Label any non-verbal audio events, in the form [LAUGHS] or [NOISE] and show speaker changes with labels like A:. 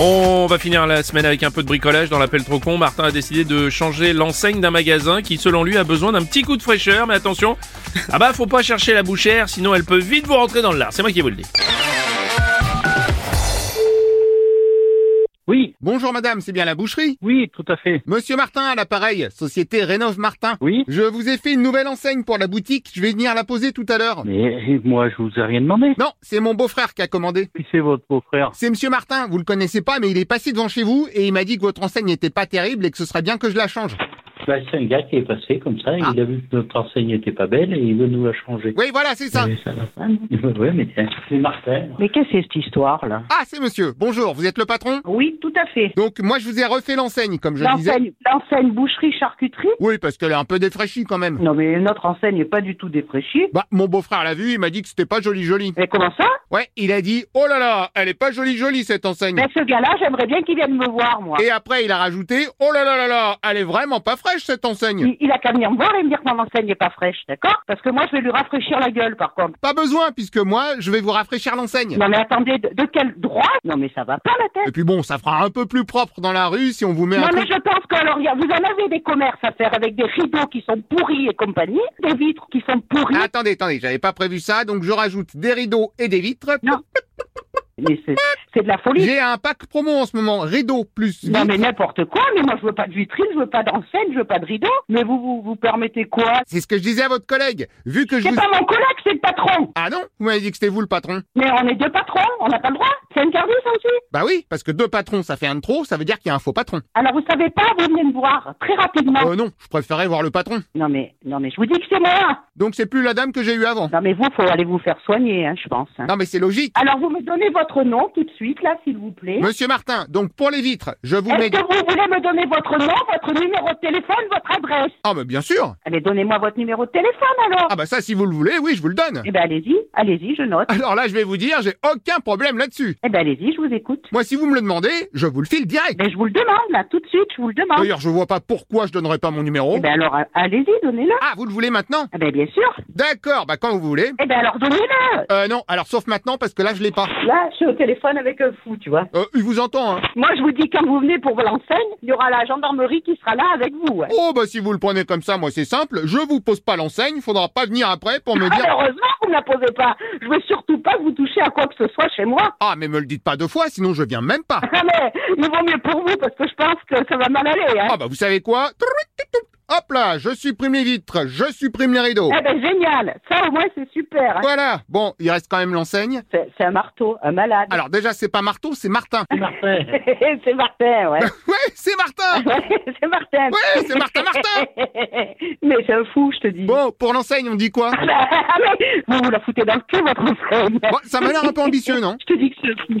A: On va finir la semaine avec un peu de bricolage dans l'appel trop con. Martin a décidé de changer l'enseigne d'un magasin qui, selon lui, a besoin d'un petit coup de fraîcheur. Mais attention, ah bah faut pas chercher la bouchère, sinon elle peut vite vous rentrer dans le lard. C'est moi qui vous le dis.
B: Oui,
C: Bonjour madame, c'est bien la boucherie
B: oui, tout à fait.
C: Monsieur Martin à l'appareil, société Rénov Martin.
B: Oui.
C: Je vous ai fait une nouvelle enseigne pour la boutique, je vais venir la poser tout à l'heure.
B: Mais euh, moi, je vous ai rien demandé.
C: Non, c'est mon beau-frère qui a commandé.
B: Qui c'est votre beau-frère
C: C'est monsieur Martin, vous le connaissez pas, mais il est passé devant chez vous et il m'a dit que votre enseigne n'était pas terrible et que ce serait bien que je la change.
B: bah, C'est un gars qui est passé comme ça, il a vu que notre enseigne était pas belle et il veut nous la changer.
C: Oui, voilà, c'est ça.
B: Mais ça va pas, non Oui, mais tiens, c'est Martin.
D: Mais qu'est-ce que c'est cette histoire là
C: Ah, c'est monsieur. Bonjour, vous êtes le patron
D: Oui, tout à fait.
C: Donc moi je vous ai refait l'enseigne, comme je le disais.
D: L'enseigne l'enseigne boucherie-charcuterie
C: Oui, parce qu'elle est un peu défraîchie quand même.
D: Non mais notre enseigne n'est pas du tout dépréciée.
C: Bah, mon beau-frère l'a vu, il m'a dit que c'était pas joli joli.
D: Mais comment ça
C: Ouais, il a dit, oh là là, elle est pas jolie jolie cette enseigne.
D: Mais ce gars-là, j'aimerais bien qu'il vienne me voir, moi.
C: Et après il a rajouté, oh là là là là, elle est vraiment pas fraîche cette enseigne.
D: Il, il a qu'à venir me voir et me dire que mon enseigne n'est pas fraîche, d'accord Parce que moi, je vais lui rafraîchir la gueule, par contre.
C: Pas besoin, puisque moi je vais vous rafraîchir l'enseigne.
D: Non mais attendez, de, de quel droit Non mais ça va pas la
C: Et
D: tête.
C: puis bon, ça fera un peu plus propre dans la rue si on vous met
D: Non
C: un
D: mais
C: truc.
D: je pense que alors, il y a- vous en avez des commerces à faire avec des rideaux qui sont pourris et compagnie, des vitres qui sont pourries.
C: Ah, Attendez, attendez, j'avais pas prévu ça, donc je rajoute des rideaux et des vitres.
D: Non. Mais c'est c'est de la folie.
C: J'ai un pack promo en ce moment, rideaux plus
D: Non mais
C: vitres.
D: n'importe quoi, mais moi je veux pas de vitrine, je veux pas d'enseigne, je veux pas de rideau. Mais vous vous, vous permettez quoi
C: C'est ce que je disais à votre collègue, vu que je
D: C'est
C: vous...
D: pas mon collègue, c'est le patron.
C: Ah non Vous m'avez dit que c'était vous le patron
D: Mais on est deux patrons, on n'a pas le droit. C'est interdit ça aussi.
C: Bah oui, parce que deux patrons, ça fait un de trop, ça veut dire qu'il y a un faux patron.
D: Alors vous savez pas, vous venez me voir très rapidement.
C: Euh non, je préférais voir le patron.
D: Non mais non mais je vous dis que c'est moi.
C: Donc c'est plus la dame que j'ai eue avant.
D: Non mais vous faut aller vous faire soigner, hein, je pense. hein.
C: Non mais c'est logique.
D: Alors vous me donnez votre nom tout de suite là, s'il vous plaît.
C: Monsieur Martin, donc pour les vitres, je vous
D: Est-ce
C: mets...
D: que vous voulez me donner votre nom, votre numéro de téléphone, votre adresse
C: Ah mais bien sûr
D: Allez, donnez-moi votre numéro de téléphone alors.
C: Ah bah ça, si vous le voulez, oui, je vous le donne.
D: Eh ben allez-y, allez-y, je note.
C: Alors là, je vais vous dire, j'ai aucun problème là-dessus.
D: Eh ben allez-y, je vous écoute.
C: Moi, si vous me le demandez, je vous le file direct.
D: Mais Ben, je vous le demande, là, tout de suite, je vous le demande.
C: D'ailleurs, je vois pas pourquoi je donnerais pas mon numéro.
D: Eh bien alors, euh, allez-y, donnez-le.
C: Ah, vous le voulez maintenant
D: Eh bien, bien sûr.
C: D'accord, bah quand vous voulez.
D: Eh bien alors, donnez-le.
C: Euh non, alors sauf maintenant, parce que là, je l'ai pas.
D: Là, je suis au téléphone avec un fou, tu vois.
C: Euh, il vous entend, hein
D: Moi, je vous dis, quand vous venez pour l'enseigne, il y aura la gendarmerie qui sera là avec vous. hein.
C: Oh bah si vous le prenez comme ça, moi c'est simple, je vous pose pas l'enseigne, faudra pas venir après pour me
D: Ah, mais
C: dire...
D: heureusement que vous ne la posez pas. Je veux surtout pas que vous touchiez à quoi que ce soit chez moi.
C: Ah mais me le dites pas deux fois, sinon je viens même pas.
D: Ah, mais il vaut mieux pour vous, parce que je pense que ça va mal aller. Hein.
C: Ah bah vous savez quoi Hop là, je supprime les vitres, je supprime les rideaux.
D: Eh ben génial. Ça, au moins, c'est super. hein.
C: Voilà, bon, il reste quand même l'enseigne.
D: C'est c'est un marteau, un malade.
C: Alors déjà, c'est pas Marteau, c'est Martin. [LAUGHS]
B: C'est Martin.
D: [LAUGHS] c'est Martin, ouais.
C: Ouais, c'est Martin
D: Ouais, [LAUGHS] c'est Martin.
C: Ouais, c'est Martin Martin
D: [LAUGHS] mais c'est un fou, je te dis.
C: Bon, pour l'enseigne, on dit quoi
D: [LAUGHS] Ah, mais vous vous la foutez dans le cul, votre enseigne.
C: Bon, Ça m'a l'air un peu ambitieux, non
D: Je te dis que c'est fou.